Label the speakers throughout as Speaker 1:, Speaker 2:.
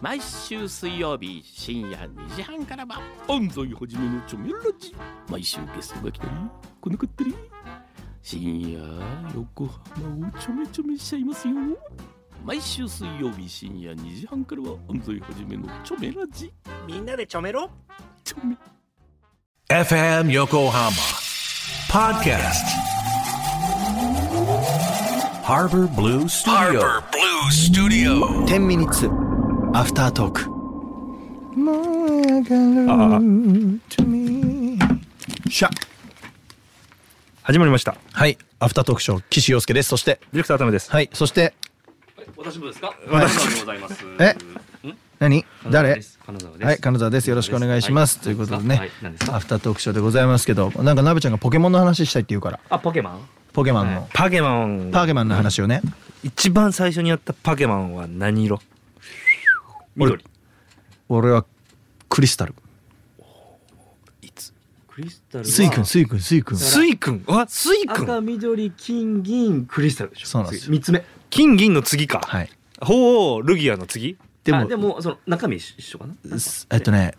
Speaker 1: 毎週水曜日深夜2時半からは安西はじめのチョメラジ毎週ゲストが来たり来なかったり深夜横浜をちょめちょめしちゃいますよ毎週水曜日深夜2時半からは安西はじめのチョメラジ
Speaker 2: みんなでちょめろ
Speaker 1: チョメ
Speaker 3: FM Yokohama Podcast Harbor Blue Studio Harbor Blue Studio
Speaker 4: 10ミニッツアフタートークしゃ
Speaker 5: 始まりました。
Speaker 4: はいアフタートークショー岸洋介ですそして
Speaker 5: ディレクター渡辺です。
Speaker 4: はいそして
Speaker 6: 私もですか。私でございます。
Speaker 4: え何
Speaker 6: 金沢
Speaker 4: 誰
Speaker 6: です金沢です。
Speaker 4: はい金沢ですよろしくお願いします
Speaker 6: は
Speaker 4: ということでね、
Speaker 6: はい何ですか
Speaker 4: アフタートークショーでございますけどなんかなべちゃんがポケモンの話したいって言うから
Speaker 6: あ、ポケマン。
Speaker 4: ポケマンの、
Speaker 5: パケマン。
Speaker 4: パーゲマンの話をね
Speaker 5: 一番最初にやったパケマンは何色
Speaker 6: 緑。
Speaker 4: 俺はクリスタル
Speaker 6: クリスタルは。
Speaker 4: スイ君スイ君スイ君
Speaker 5: スイ君あ、スイ
Speaker 6: 赤、
Speaker 5: 君
Speaker 6: 緑、金、銀、クリスタルでしょ。
Speaker 4: そうなんですよ
Speaker 6: 次三つ目。
Speaker 5: 金銀の次か。
Speaker 4: はい
Speaker 5: ほう、ルギアの次
Speaker 4: で
Speaker 6: あ
Speaker 4: も
Speaker 6: でも、その中身一緒かな。
Speaker 4: すえっとね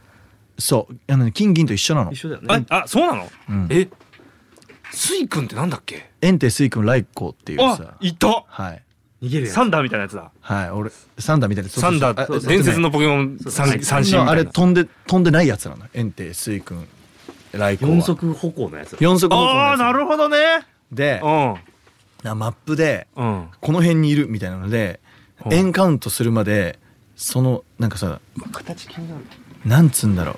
Speaker 4: そうあのね金銀と一緒なの
Speaker 6: 一緒だよ
Speaker 5: あ
Speaker 6: ね。、
Speaker 5: あ、そうなの
Speaker 4: うん
Speaker 5: え、スイ君ってなんだっけ
Speaker 4: エンテスイ君ライコっていう
Speaker 5: あ
Speaker 4: さ、
Speaker 5: いた
Speaker 4: はい
Speaker 6: 逃げるやつ
Speaker 5: サ。ンダーみたいなやつだ。
Speaker 4: はい、俺サンダーみたいな
Speaker 5: サンダ
Speaker 4: そうそう
Speaker 5: ー、
Speaker 4: そうあえっと
Speaker 5: 伝
Speaker 4: ね
Speaker 5: 説のポケモン
Speaker 6: そうそ
Speaker 5: 三
Speaker 6: う
Speaker 5: 三振み
Speaker 4: あ
Speaker 5: たい
Speaker 4: れ
Speaker 5: な。
Speaker 4: 飛んで飛んでないやつなのエンテスイ君ライコは
Speaker 6: 四足歩行のやつ。
Speaker 4: 四足歩行のや
Speaker 5: あ
Speaker 4: つ
Speaker 5: あ、なるほどね。
Speaker 4: で
Speaker 5: う
Speaker 4: なマップで
Speaker 5: ん。うん。
Speaker 4: この辺にいるみたいなので
Speaker 5: うん
Speaker 4: エンカウントするまでそのなんかさ
Speaker 6: 形気になる。
Speaker 4: なんつうんだろう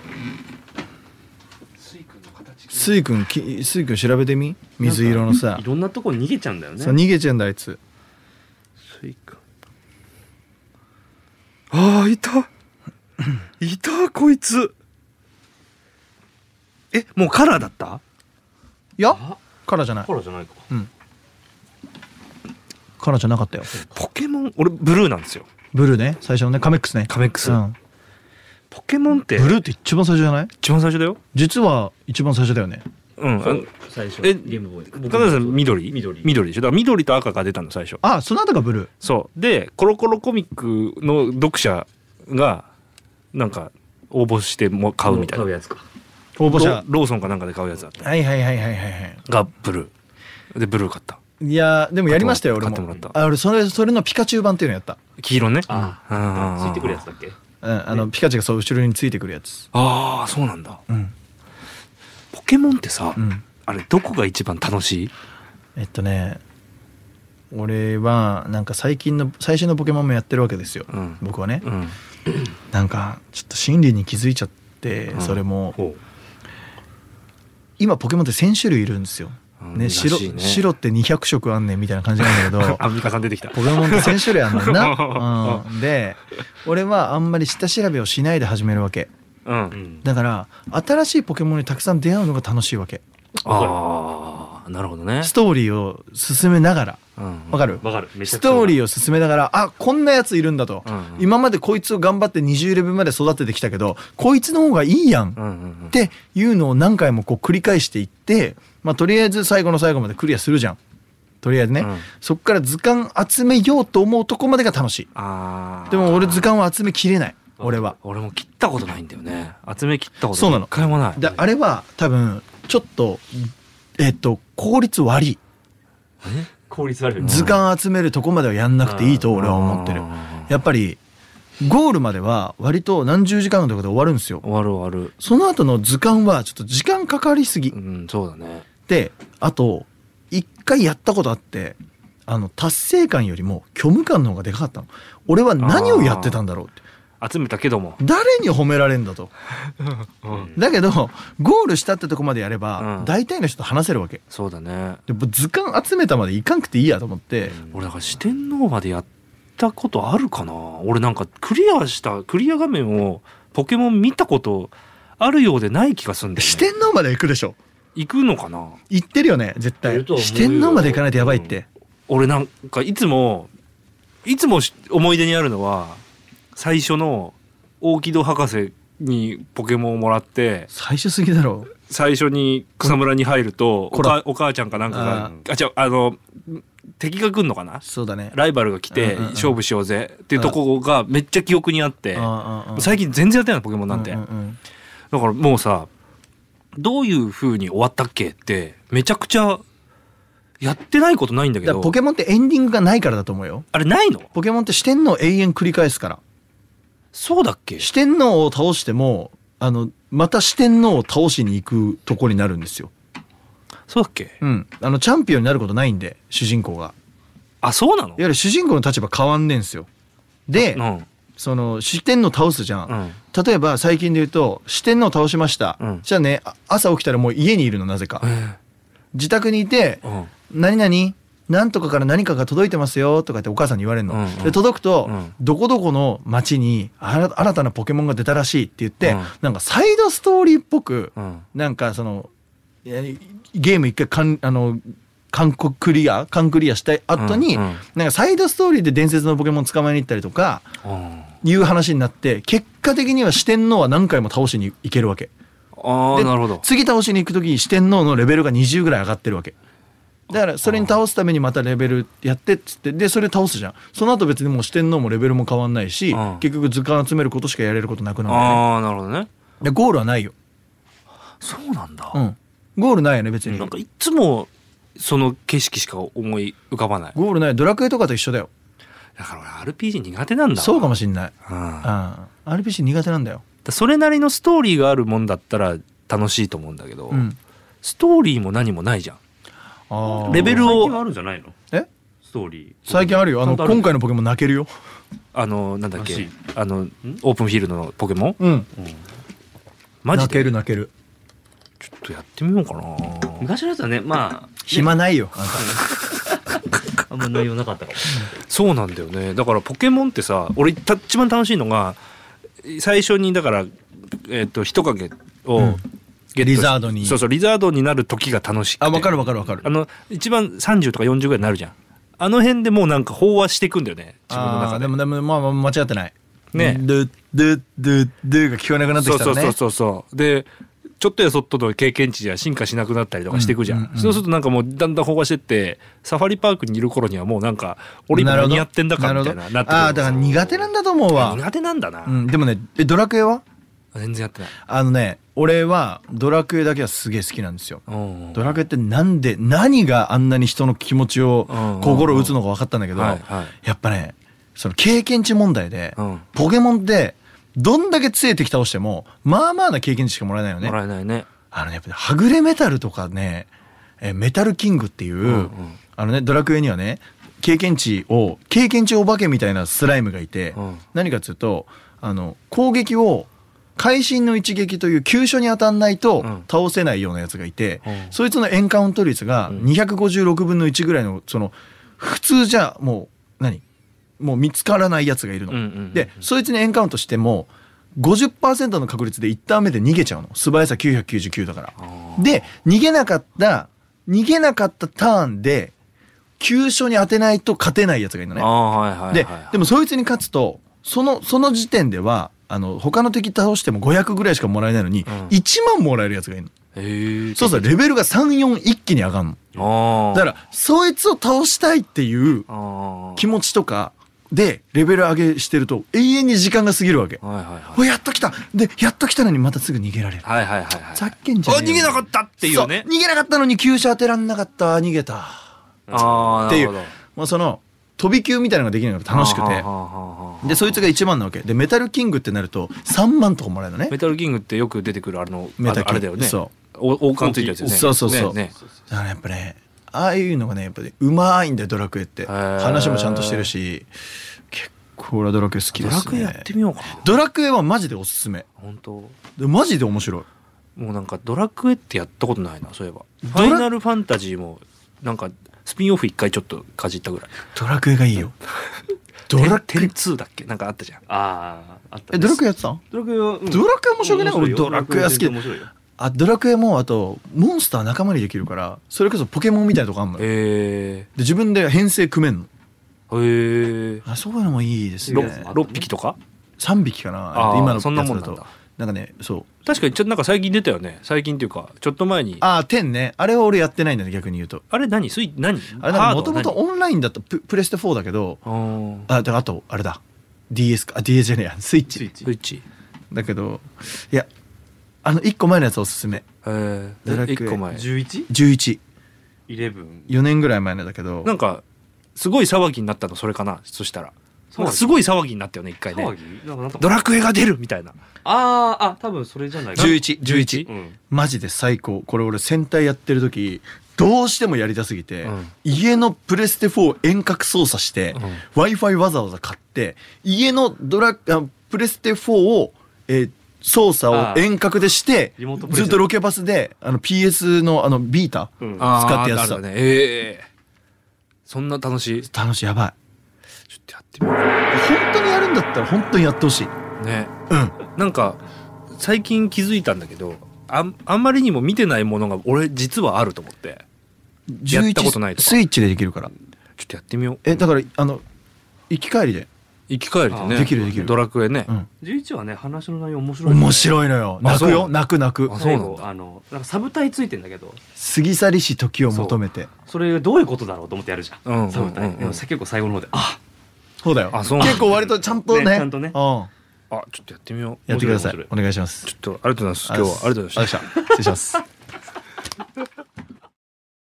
Speaker 6: スイ君の形。
Speaker 4: スイ君きスイ君調べてみ水色のさ
Speaker 6: いろんなとこ逃げちゃうんだよね。
Speaker 4: そう逃げちゃうんだあいつ
Speaker 6: スイ君。
Speaker 5: ああ、いた。いた、こいつ。え、もうカラーだった
Speaker 4: いや
Speaker 6: あ、
Speaker 4: カラーじゃない
Speaker 6: ほらじゃないか。
Speaker 4: カラーじゃなかったよ
Speaker 5: ポケモン、俺、ブルーなんですよ。
Speaker 4: ブルーね最初のねカメックスね
Speaker 5: カメックス
Speaker 4: うん
Speaker 5: ポケモンって、
Speaker 4: ブルーって一番最初じゃない
Speaker 5: 一番最初だよ。
Speaker 4: 実は一番最初だよね
Speaker 5: うん。あ
Speaker 6: そう最初。
Speaker 5: え
Speaker 6: ゲームボーイ。
Speaker 5: 金田さん、緑
Speaker 6: 緑
Speaker 5: 緑でしょ。だから緑と赤が出たの、最初。
Speaker 4: あその後がブルー
Speaker 5: そう。で、コロコロコミックの読者が、なんか、応募しても買うみたいな
Speaker 6: 買う。やつか。
Speaker 4: 応募者
Speaker 5: ロローソンかなんかで買うやつだった。
Speaker 4: はいはいはいはいはいはい
Speaker 5: が、ブルー。で、ブルー買った。
Speaker 4: いやーでもやりましたよ俺
Speaker 5: 買
Speaker 4: も
Speaker 5: ってもらった。
Speaker 4: あ俺それそれのピカチュウ版っていうのやった、
Speaker 5: 黄色ね。
Speaker 6: あ
Speaker 5: うんうんうん
Speaker 6: ついてくるやつだっけ。
Speaker 4: うん、あのピカチュウがそう後ろについてくるやつ
Speaker 5: ああ、そうなんだ。
Speaker 4: うん
Speaker 5: ポケモンってさ、
Speaker 4: うん
Speaker 5: あれ、どこが一番楽しい
Speaker 4: えっとね俺はなんか最近の最新のポケモンもやってるわけですよ、
Speaker 5: うん
Speaker 4: 僕はね、
Speaker 5: うん。
Speaker 4: なんかちょっと心理に気づいちゃって、
Speaker 5: ん
Speaker 4: それも
Speaker 6: ほ
Speaker 4: 今ポケモンって1,000種類いるんですよ、
Speaker 5: うん
Speaker 4: ね
Speaker 5: らしい
Speaker 4: 白
Speaker 5: ね
Speaker 4: 白って200色あんねんみたいな感じなんだけ ど
Speaker 5: アンミカさん出てきた。
Speaker 4: ポケモンって1,000種類あんねんな
Speaker 5: う、
Speaker 4: うん、で俺はあんまり下調べをしないで始めるわけ
Speaker 5: う。
Speaker 6: う。うんん。
Speaker 4: だから新しいポケモンにたくさん出会うのが楽しいわけ
Speaker 5: ああ、なるほどね。
Speaker 4: ストーリーを進めながら
Speaker 5: うん
Speaker 4: わかる
Speaker 6: わかる。めちゃ
Speaker 4: ス
Speaker 6: くちゃ
Speaker 4: トーリーを進めながらあこんなやついるんだと、
Speaker 5: うんうん
Speaker 4: 今までこいつを頑張って20レベルまで育ててきたけどこいつの方がいいやん、
Speaker 5: うん
Speaker 4: っ
Speaker 5: うんうん
Speaker 4: ていうのを何回もこう繰り返していって、まあ、とりあえず最後の最後までクリアするじゃんとりあえずね、
Speaker 5: うん
Speaker 4: そっから図鑑集めようと思うとこまでが楽しい
Speaker 5: ああ。
Speaker 4: でも俺図鑑は集めきれない俺は
Speaker 5: 俺も切ったことないんだよね。集め切ったこと
Speaker 4: そうなの
Speaker 5: 一回もない。
Speaker 4: だあれは多分ちょっとえっと効率悪い
Speaker 6: 効率悪い。
Speaker 4: 図鑑集めるとこまではやんなくていいと俺は思ってる
Speaker 5: うん
Speaker 4: やっぱりゴールまでは割と何十時間とかで終わるんですよ
Speaker 5: 終わる終わる。
Speaker 4: その後の図鑑はちょっと時間かかりすぎ
Speaker 5: うん、そうだね。
Speaker 4: であと一回やったことあってあの達成感よりも虚無感の方がでかかったの俺は何をやってたんだろうって
Speaker 5: 集めたけども。
Speaker 4: 誰に褒められんだと
Speaker 6: うん。
Speaker 4: だけどゴールしたってとこまでやれば、
Speaker 5: うん
Speaker 4: 大体の人と話せるわけ
Speaker 5: そうだね。
Speaker 4: でもう図鑑集めたまでいかんくていいやと思って、
Speaker 5: 俺だから四天王までやったことあるかな。俺なんかクリアした、クリア画面をポケモン見たことあるようでない気がするんだよ、ね。
Speaker 4: 四天王まで行くでしょ
Speaker 5: 行くのかな
Speaker 4: 行ってるよね絶
Speaker 6: い
Speaker 4: 対
Speaker 6: ると思うよ
Speaker 4: 四天王まで行かないとやばいって、
Speaker 5: 俺なんかいつもいつもし思い出にあるのは最初の大木戸博士にポケモンをもらって
Speaker 4: 最初すぎだろう
Speaker 5: 最初に草むらに入るとお
Speaker 4: こら
Speaker 5: かお母ちゃんかなんかが
Speaker 4: あ
Speaker 5: あ違うあの敵が来んのかな
Speaker 4: そうだね。
Speaker 5: ライバルが来て
Speaker 4: うんうんうん
Speaker 5: 勝負しようぜっていうとこがめっちゃ記憶にあって最近全然やってないのポケモンなんて
Speaker 4: う
Speaker 5: だ
Speaker 4: ううん
Speaker 5: からもうさどういう風に終わったっけってめちゃくちゃやってないことないんだけ
Speaker 4: だか
Speaker 5: ど
Speaker 4: らポケモンってエンディングがないからだと思うよ。
Speaker 5: あれないの
Speaker 4: ポケモンって四天王永遠繰り返すから。
Speaker 5: そうだっけ
Speaker 4: 四天王を倒しても、あの、また四天王を倒しに行くとこになるんですよ。
Speaker 5: そうだっけ
Speaker 4: うん。あの、チャンピオンになることないんで、主人公が。
Speaker 5: あそうなの
Speaker 4: いわゆる主人公の立場変わんねえんですよ。で
Speaker 5: う、ん
Speaker 4: その、四天王倒すじゃ。
Speaker 5: うんん
Speaker 4: 例えば、最近で言うと、四天王倒しました
Speaker 5: うん。
Speaker 4: じゃあね、あ朝起きたらもう家にいるの、なぜか。自宅にいて、
Speaker 5: うん
Speaker 4: 何々何とかから何かが届いてますよとかってお母さんに言われるの、
Speaker 5: うんうん
Speaker 4: で届くと、
Speaker 5: うん
Speaker 4: どこどこの町にあら新たなポケモンが出たらしいって言って、
Speaker 5: うん
Speaker 4: なんかサイドストーリーっぽく、
Speaker 5: うん
Speaker 4: なんかそのえゲーム一回かんあの韓国クリア韓クリアした後に、
Speaker 5: うんうん
Speaker 4: なんかサイドストーリーで伝説のポケモン捕まえに行ったりとか
Speaker 5: うん
Speaker 4: いう話になって結果的には四天王は何回も倒しに行けるわけ。
Speaker 5: ああ
Speaker 4: で
Speaker 5: なるほど
Speaker 4: 次倒しに行く時に四天王のレベルが20ぐらい上がってるわけだからそれに倒すためにまたレベルやってっつってでそれ倒すじゃんその後別にもう四天王もレベルも変わんないし
Speaker 5: うん
Speaker 4: 結局図鑑集めることしかやれることなくなるんだよね
Speaker 5: ああなるほどね
Speaker 4: でゴールはないよ、
Speaker 5: そうなんだ
Speaker 4: うん、ゴールないよね別に
Speaker 5: なんかいつもその景色しか思い浮かばない
Speaker 4: ゴールないドラクエとかと一緒だよ
Speaker 5: だから俺 RPG 苦手なんだ
Speaker 4: そうかも
Speaker 5: し
Speaker 4: しんない、
Speaker 5: れ
Speaker 4: うん、
Speaker 5: な
Speaker 4: RPG 苦手なんだよ、
Speaker 5: いそれなりのストーリーがあるもんだったら楽しいと思うんだけど、
Speaker 4: うん、
Speaker 5: ストーリーも何もないじゃん
Speaker 4: あ
Speaker 5: レ
Speaker 4: ー
Speaker 5: ベル
Speaker 6: 最近は
Speaker 5: を
Speaker 6: あるんじゃないの
Speaker 4: え
Speaker 6: ストーリー
Speaker 4: 最近あるよあの
Speaker 6: ちゃんとある
Speaker 4: 今回のポケモン泣けるよ
Speaker 5: あのなんだっ
Speaker 6: らし
Speaker 5: け
Speaker 6: い
Speaker 5: あのオープンフィールドのポケモン
Speaker 4: うん
Speaker 5: マジ
Speaker 4: 泣
Speaker 5: で
Speaker 4: ける泣ける
Speaker 5: ちょっとやってみようかな
Speaker 6: 昔のやつはねまあ
Speaker 4: 暇ないよあんた
Speaker 6: あんま内容なかったかも
Speaker 5: そうなんだよねだからポケモンってさ俺た一番楽しいのが最初にだからえっ、と人影を、
Speaker 4: うん
Speaker 5: ゲットし
Speaker 4: リザードに
Speaker 5: そうそうリザードになる時が楽しくて
Speaker 4: あ分かる分かる分かる
Speaker 5: あの一番30とか40ぐらいになるじゃんあの辺でもうなんか飽和していくんだよね自分の
Speaker 4: あ
Speaker 5: 中
Speaker 4: ー
Speaker 5: で
Speaker 4: でもでもまあまあ間違ってない
Speaker 5: ね
Speaker 4: ドゥドゥドゥドゥが聞こえなくなって
Speaker 5: そ
Speaker 4: き
Speaker 5: う
Speaker 4: た
Speaker 5: そ
Speaker 4: ら
Speaker 5: う
Speaker 4: ね
Speaker 5: そうそうそうでちょっとやそっとの経験値じゃ進化しなくなったりとかしていくじゃん,、
Speaker 4: うんうんうん
Speaker 5: そうするとなんかもうだんだん飽和してってサファリパークにいる頃にはもうなんか俺今
Speaker 4: なるほ
Speaker 5: 何
Speaker 4: ど
Speaker 5: やってんだかみたい
Speaker 4: る
Speaker 5: な
Speaker 4: ほど
Speaker 5: なってくる
Speaker 4: ああーだから苦手なんだと思うわ
Speaker 5: 苦手なんだな、
Speaker 4: うんでもねえドラクエは
Speaker 5: 全然やってない
Speaker 4: あのね俺はドラクエだけはすげえ好きなんですよ
Speaker 5: うん
Speaker 4: ドラクエってなんで何があんなに人の気持ちを
Speaker 5: うん
Speaker 4: 心を打つのか分かったんだけど
Speaker 5: はい
Speaker 4: や
Speaker 5: はい
Speaker 4: っぱねその経験値問題で
Speaker 5: うん
Speaker 4: ポケモンってどんだけ強い敵倒してもまあまあな経験値しかもらえないよね
Speaker 5: もらえないね
Speaker 4: あのね、やっぱねはぐれメタルとかね、えーメタルキングっていう、
Speaker 5: んうん
Speaker 4: あのね、ドラクエにはね、経験値を、経験値お化けみたいなスライムがいて、
Speaker 5: うん
Speaker 4: 何かっていうと、あの、攻撃を、会心の一撃という急所に当たんないと
Speaker 5: うん
Speaker 4: 倒せないようなやつがいて、
Speaker 5: うん
Speaker 4: そいつのエンカウント率が
Speaker 5: うん
Speaker 4: 256分の1ぐらいの、その、普通じゃもう、何もう見つからないやつがいるの。
Speaker 5: うんうんうんうん
Speaker 4: で、そいつにエンカウントしても、50%の確率で1ターン目で逃げちゃうの。素早さ999だから。で、逃げなかった、逃げなかったターンで、急所に当てないと勝てないやつがいるのね。
Speaker 5: ああはいはいはい
Speaker 4: で
Speaker 5: はい、
Speaker 4: でもそいつに勝つと、その、その時点では、あの、他の敵倒しても500ぐらいしかもらえないのに、
Speaker 5: ん
Speaker 4: 1万もらえるやつがいるの。
Speaker 5: へえ
Speaker 4: そうするとレベルが3、4一気に上がるの。
Speaker 5: ああ
Speaker 4: だから、そいつを倒したいっていう
Speaker 5: ああ
Speaker 4: 気持ちとかで、レベル上げしてると、永遠に時間が過ぎるわけ。
Speaker 5: はいはいはい
Speaker 4: おやっと来たで、やっと来たのにまたすぐ逃げられる。
Speaker 5: はいはいはいはい
Speaker 4: ざっけんじゃねえよ
Speaker 5: あ逃げなかったっていうね
Speaker 4: そ逃げなかったのに急所当てらんなかった、逃げた。
Speaker 5: ああ
Speaker 4: っていう
Speaker 5: なる
Speaker 4: もうその、飛び級みたいなのができるのが
Speaker 5: ほど
Speaker 4: 楽しく
Speaker 5: は
Speaker 4: て
Speaker 5: あは。あはあはあ
Speaker 4: で、そいつが1万なわけ。で、メタルキングってなると、3万とかもらえるのね
Speaker 5: メ。タルキングってよく出てくるあの
Speaker 4: メタキン
Speaker 5: あのあれだよね
Speaker 4: そう
Speaker 5: お王冠ついたやつよね
Speaker 4: そうそうそう。
Speaker 5: ねね
Speaker 4: だからやっぱね、ああいうのがね、やっぱりうまいんだよ、ドラクエって。
Speaker 5: ー
Speaker 4: 話もちゃんとしてるし、結構俺はドラクエ好き
Speaker 5: ド
Speaker 4: で
Speaker 5: ラ
Speaker 4: す
Speaker 5: ク
Speaker 4: ね。
Speaker 5: エやってみようかな
Speaker 4: ドラクエはマジでおすすめ。
Speaker 5: 本当も
Speaker 4: でマジで面白い。
Speaker 5: うなんかドラクエってやったことないなそういえばフ
Speaker 4: ドラ
Speaker 5: ァイナルファンタジーもなんかスピンオフ一回ちょっとかじったぐらい
Speaker 4: ドラクエがいいよ。 ドラク
Speaker 5: テン
Speaker 4: エ。
Speaker 5: 2だっけなんかあったじゃん
Speaker 6: あああった
Speaker 4: え、ドラクエやってたん
Speaker 6: ドラクエは、うん
Speaker 4: ドラクエ面白くない
Speaker 6: よ
Speaker 4: 俺ドラクエは好き
Speaker 6: ドラクエ全然面白いよ
Speaker 4: あドラクエもあとモンスター仲間にできるからそれこそポケモンみたいなとこあんのよで
Speaker 5: え
Speaker 4: 自分で編成組めんの
Speaker 5: ー、えー、
Speaker 4: あそういうのもいいですね
Speaker 6: ろ
Speaker 5: 6匹とか
Speaker 4: 3匹かな
Speaker 5: あー
Speaker 4: 今のやつ
Speaker 5: そんなもん
Speaker 4: だ
Speaker 5: なん
Speaker 4: と
Speaker 5: だ
Speaker 4: だなんかねそう
Speaker 5: 確かにちょっとなんか最近出たよね最近っていうかちょっと前にあ
Speaker 4: ああ天ねあれは俺やってないんだね逆に言うと
Speaker 5: れ何スイ何
Speaker 4: あれなんか
Speaker 5: ハー
Speaker 4: も
Speaker 5: ド
Speaker 4: と
Speaker 5: は
Speaker 4: も
Speaker 5: 何
Speaker 4: とオンラインだったププレステ4だけど
Speaker 5: あー
Speaker 4: あだからあとあれだ DS かあ DS じゃねえやスイッチ
Speaker 6: スイッチ
Speaker 5: スイッチ
Speaker 4: だけどいやあの1個前のやつおすすめ
Speaker 5: えー
Speaker 4: ドラクエ
Speaker 5: 一個前
Speaker 6: 11?11
Speaker 4: 114年ぐらい前のだけど
Speaker 5: なんかすごい騒ぎになったのそれかなそしたら
Speaker 6: 騒ぎ
Speaker 5: すごい騒ぎになったよね一回
Speaker 6: 騒
Speaker 5: ね
Speaker 6: ぎなんかなんとか
Speaker 5: ドラクエが出るみたいな
Speaker 6: あーあ多分それじゃないかな
Speaker 4: 1111
Speaker 6: うん
Speaker 4: マジで最高これ俺戦隊やってる時どうしてもやりたすぎて、
Speaker 5: うん
Speaker 4: 家のプレステ4遠隔操作して、
Speaker 5: うん
Speaker 4: w i f i わざわざ買って家のドラあプレステ4を、えー操作
Speaker 6: あ
Speaker 4: を
Speaker 6: ー
Speaker 4: 遠隔でして
Speaker 6: リモートプレイ
Speaker 4: ずっとロケバスであの PS のあのビータ
Speaker 6: うん
Speaker 5: あー
Speaker 4: 使ってやってた
Speaker 5: あるよねええそんな楽しいちょ
Speaker 4: 楽しいやば
Speaker 5: っとやってみようか
Speaker 4: い本当にやるんだったら本当にやってほしい
Speaker 5: なね
Speaker 4: うん
Speaker 5: なんか最近気づいたんだけどあんあんまりにも見てないものが俺実はあると思ってやったことないとか
Speaker 4: スイッチでできるから
Speaker 5: ちょっとやってみよう
Speaker 4: えだからあの行き帰りで
Speaker 5: 生き返りでね
Speaker 6: あ
Speaker 4: できるできる
Speaker 5: ドラクエね、
Speaker 4: うん
Speaker 6: 11はね話の内容面白いよね、
Speaker 4: 面白いのよ
Speaker 5: あ
Speaker 4: 泣く
Speaker 5: そ
Speaker 4: よ
Speaker 5: う
Speaker 4: 泣く泣く
Speaker 5: あそうな
Speaker 6: 最
Speaker 5: ん
Speaker 6: 後
Speaker 5: だ
Speaker 6: あのなんかサブタイついてんだけど
Speaker 4: 過ぎ去りし時を求めて
Speaker 6: それどういうことだろうと思ってやるじゃん、
Speaker 5: うんうんうん
Speaker 6: サブタイ、でもさ結構最後の方であ
Speaker 4: そうだよ
Speaker 5: あそうなんだ
Speaker 4: 結構割とちゃんとね
Speaker 6: ねちゃんとね
Speaker 4: うん、や
Speaker 5: あちょっとやってみよう
Speaker 4: ってください
Speaker 6: 面白い面
Speaker 4: お願いします
Speaker 5: ちょっとありがとうございます今日はありがとうございました
Speaker 4: ありがとうございました失礼します